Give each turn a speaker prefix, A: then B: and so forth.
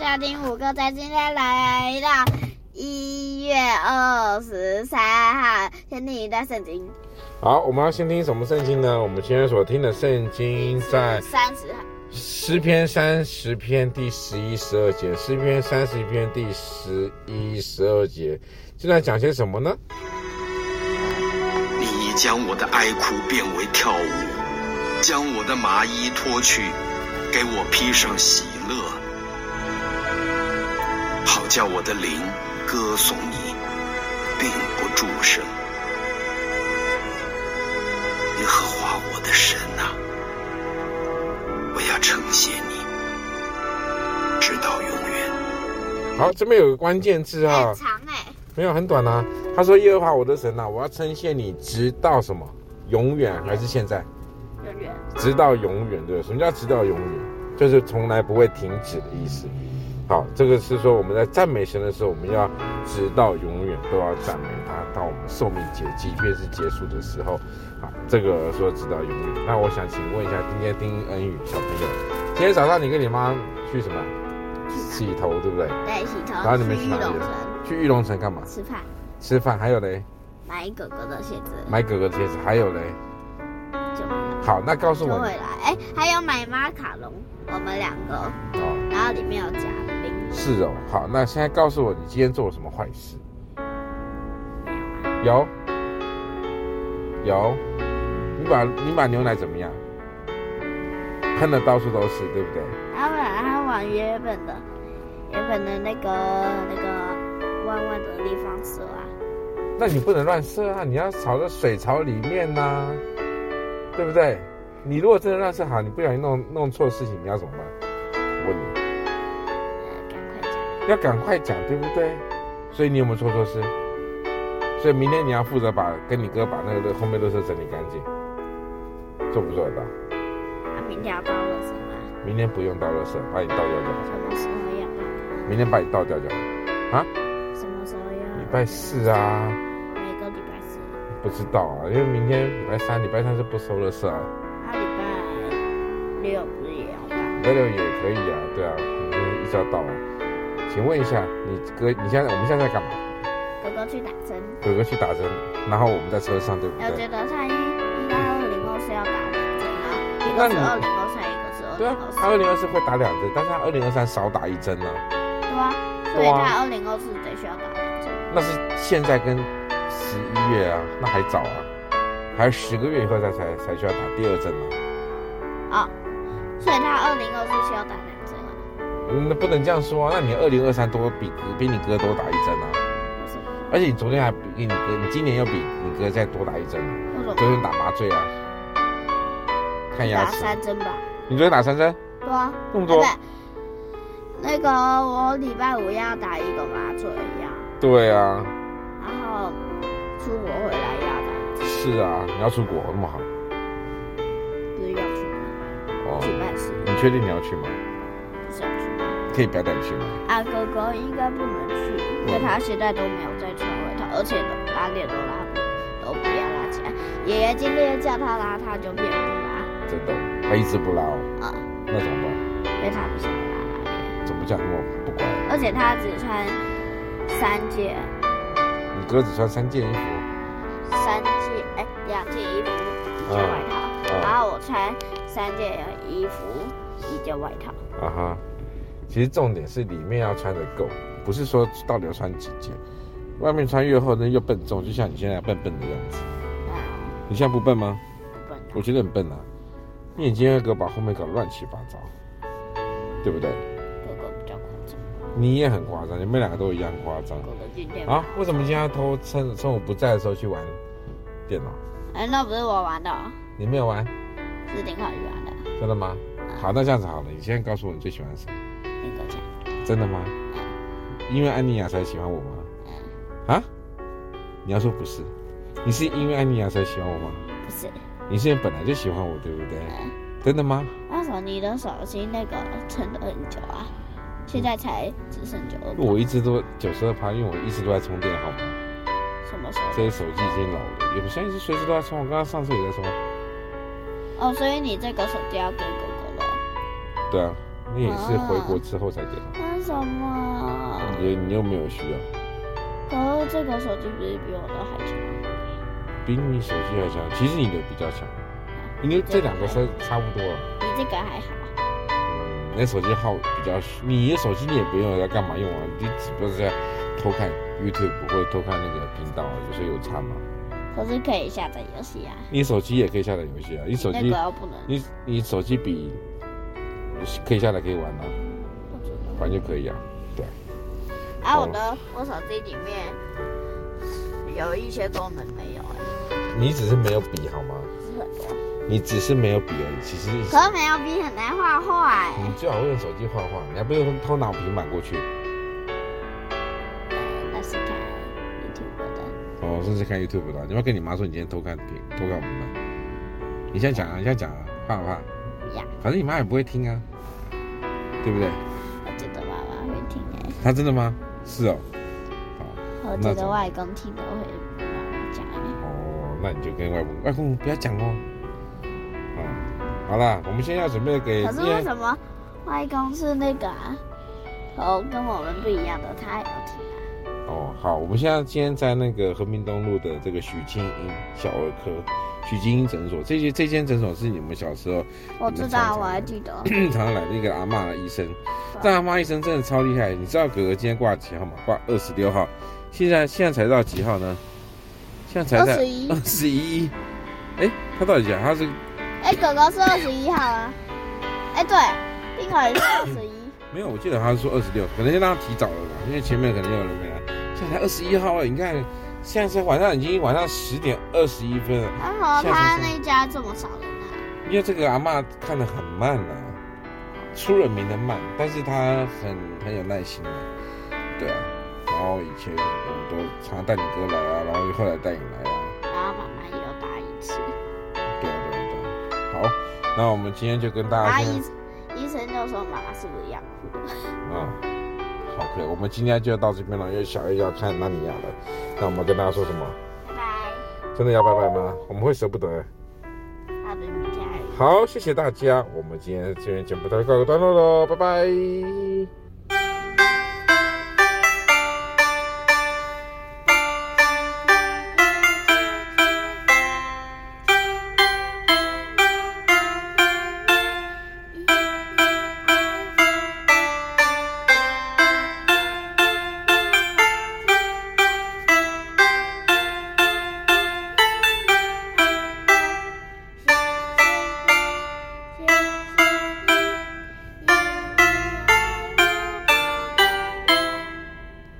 A: 家丁五个在今天来到一月二十三号，先听一段圣经，
B: 好，我们要先听什么圣经呢？我们今天所听的圣经在
A: 三十号。
B: 诗篇三十篇第十一、十二节，诗篇三十篇第十一、十二节，正在讲些什么呢？
C: 你将我的哀哭变为跳舞，将我的麻衣脱去，给我披上喜乐，好叫我的灵歌颂你，并不住声。耶和华我的神呐、我要称谢你，直到永远。
B: 好，这边有个关键字哈、
A: 很长哎、
B: 没有很短啊。他说：“耶和华我的神呐、啊我要称谢你，直到什么？永远还是现在？
A: 永远。
B: 直到永远，对不对？什么叫直到永远？就是从来不会停止的意思。好，这个是说我们在赞美神的时候，我们要直到永远都要赞美他。到我们寿命结的确是结束的时候，好，这个说直到永远。那我想请问一下，今天丁恩宇小朋友，今天早上你跟你妈去什么？洗头，对不对？
A: 对，洗头。
B: 然后你们去哪
A: 吃
B: 里
A: 玉龙城？
B: 去玉龙城干嘛？
A: 吃饭，
B: 吃饭，还有嘞，
A: 买狗狗的鞋子
B: 买哥哥的鞋子，还有嘞。
A: 就
B: 好，那告诉
A: 就
B: 我
A: 会
B: 们，
A: 来。哎、还有买马卡龙，我们两个，
B: 哦，
A: 然后里面有夹冰。
B: 是哦，好，那现在告诉我，你今天做了什么坏事？有，有，你把你把牛奶怎么样？喷的到处都是，对不对？
A: 然后把它往原本的、原本的那个、那个弯弯的地方射啊。
B: 那你不能乱射啊，你要朝着水槽里面呐、对不对？你如果真的乱射，好，你不小心弄弄错事情，你要怎么办？我问你，
A: 呃，赶快讲，
B: 要赶快讲，对不对？所以你有没有做错事？所以明天你要负责把跟你哥把那个后面垃圾整理干净，做不做得到？
A: 他明天要到了什么？
B: 明天不用倒垃圾，把你倒掉就好。
A: 什么时候要到？
B: 明天把你倒掉就好。
A: 什么时候要？
B: 礼拜四，啊，
A: 每个礼拜四，
B: 不知道啊，因为明天礼拜三，礼拜三是不收垃圾啊，
A: 啊，礼拜六不是也要到？
B: 礼拜六也可以啊，对啊，你就一直要倒啊。请问一下，你哥，你现在我们现在在干嘛？
A: 哥哥去打针，
B: 哥哥去打针，然后我们在车上，对不
A: 我
B: 对？
A: 觉得他应应该二零二四要打两针啊，一
B: 那
A: 个
B: 你
A: 是二零二三，一个是二
B: 对
A: 零
B: 啊
A: 二，四
B: 他，二零二四会打两针，但是他二零二三少打一针呢、
A: 对啊，所以他二零二四得需要打两针。
B: 那是现在跟十一月啊，那还早啊，还有十个月以后才才才需要打第二针啊呢、
A: 哦，所以他二零二四需要打两针啊？
B: 嗯，那不能这样说啊！那你二零二三多比比你哥多打一针啊！
A: 为什么？
B: 而且你昨天还比你哥，你今年又比你哥再多打一针、啊。
A: 为什
B: 昨
A: 么？
B: 天打麻醉啊，看牙
A: 打
B: 齿。
A: 三针吧？
B: 你昨天打三针？
A: 对啊，
B: 那
A: 对不
B: 么多
A: 对？？那个我礼拜五要打一个麻醉药，
B: 对啊，
A: 然后出国回来要打，
B: 是啊，你要出国那么好
A: 不是要出国，礼
B: 哦？
A: 拜四
B: 你确定你要去吗？
A: 是要出国。
B: 可以不要带你去吗？
A: 啊，哥哥应该不能去，因为他现在都没有在穿外套，而且拉链都拉不，都不要拉起来。爷爷今天叫他拉，他就偏不拉，
B: 真的，他一直不拉哦，
A: 啊、
B: 那怎么办？
A: 因为他不想拉拉链，
B: 怎么讲那么不乖？
A: 而且他只穿三件，
B: 你哥只穿三件衣服，
A: 三件，哎，两件衣服一件外套，
B: 嗯
A: 然后我穿三件衣服一件外套，
B: 啊哈。其实重点是里面要穿的够，不是说到底要穿几件。外面穿越厚，那又笨重，就像你现在笨笨的样子。
A: 然后
B: 你现在不笨吗？
A: 不能
B: 我觉得很笨啊，你眼睛那个把后面搞乱七八糟，对不对？
A: 哥哥比较夸张，
B: 你也很夸张，你们两个都一样夸张
A: 哥哥今天
B: 啊！为什么今天要偷趁趁我不在的时候去玩电脑？
A: 哎，那不是我玩的哦，
B: 你没有玩，
A: 是林浩宇玩的，
B: 真的吗？好，那这样子好了，你现在告诉我你最喜欢谁？
A: 那个讲，
B: 真的吗？因为安妮亚才喜欢我吗？啊？你要说不是，你是因为安妮亚才喜欢我吗？
A: 不是。
B: 你是本来就喜欢我，对不对？真的吗？
A: 为什么你的手机那个撑了很久啊？现在才只剩九二
B: 我一直都九十二趴，因为我一直都在充电，好吗？
A: 什么时候？
B: 这些手机已经老了，有些是随时都在充。我刚刚上次也在充。
A: 哦，所以你这个手机要给狗狗了。
B: 对啊，那也是回国之后才给的。
A: 但什么？
B: 嗯也你又没有需要，
A: 可是这个手机不是比我的还强？
B: 比你手机还强，其实你的比较强，因为这两个是差不多了。
A: 比这个还好。
B: 嗯，你的手机号比较虚，你的手机你也不用来干嘛用啊，你只不过是在偷看 YouTube 或者偷看那个频道而已，所以有差嘛。
A: 可是可以下载游戏啊，
B: 你手机也可以下载游戏啊，你手
A: 那
B: 机
A: 个又不能。
B: 你你手机比可以下载可以玩啊，
A: 不知道
B: 玩就可以啊。哦
A: 啊，我的我手机里面有一些功能没有哎、
B: 你只是没有笔好吗？
A: 不是很多。
B: 你只是没有笔而已，其实
A: 可是没有笔很难画画哎、
B: 你最好会用手机画画，你还不用偷拿我平板过去。
A: 呃那
B: 嗯
A: 是看 YouTube 的，
B: 哦，甚至看 YouTube 的啊，你要跟你妈说你今天偷看平偷看我平板，你现在讲啊，你现在讲啊，怕不怕？
A: 不要，
B: 反正你妈也不会听啊，对不对？
A: 我觉得妈妈会听哎、
B: 她真的吗？是哦，好，
A: 我
B: 那
A: 觉
B: 怎
A: 得
B: 么
A: 外公听了会跟妈妈讲哎、
B: 哦，那你就跟外公外公不要讲哦。嗯，好啦，我们现在要准备给，
A: 可是
B: 因
A: 为什么外公是那个、啊，哦跟我们不一样的，他也要听啊？
B: 哦，好，我们现在今天在那个和平东路的这个许金英小儿科、许金英诊所，这些这间诊所是你们小时候
A: 我知道，
B: 你们常常
A: 我还记得。
B: 常常来的一个阿嬷的医生，这阿嬷医生真的超厉害。你知道哥哥今天挂几号吗？挂二十六号，现在现在才到几号呢？现在才在
A: 21
B: 二十一。哎，他到底讲他是
A: 哎、狗狗是二十一号啊？哎、对，婴儿也是二十一。
B: 没有，我记得他是说二十六，可能就让他提早了吧，因为前面可能有人没来。现在才二十一号哎，你看，现在才晚上已经晚上十点二十一分了，
A: 为什么哎他那一家这么少人啊？
B: 因为这个阿嬷看得很慢啊，出了名的慢，但是她很很有耐心啊，对啊。然后以前我都常常带你哥来啊，然后后来带你来啊，
A: 然后妈妈也有打一次，
B: 对啊对啊对啊。好，那我们今天就跟大
A: 然
B: 家
A: 后
B: 先
A: 医医生就说妈妈是不是要哭？
B: 啊、好，OK，我们今天就到这边了，因为小月要看纳尼亚了。那我们跟大家说什么？
A: 拜拜。
B: 真的要拜拜吗？我们会舍不得。
A: 他的明天还有
B: 好，谢谢大家，我们今天这边节目到这告一段落喽，拜拜。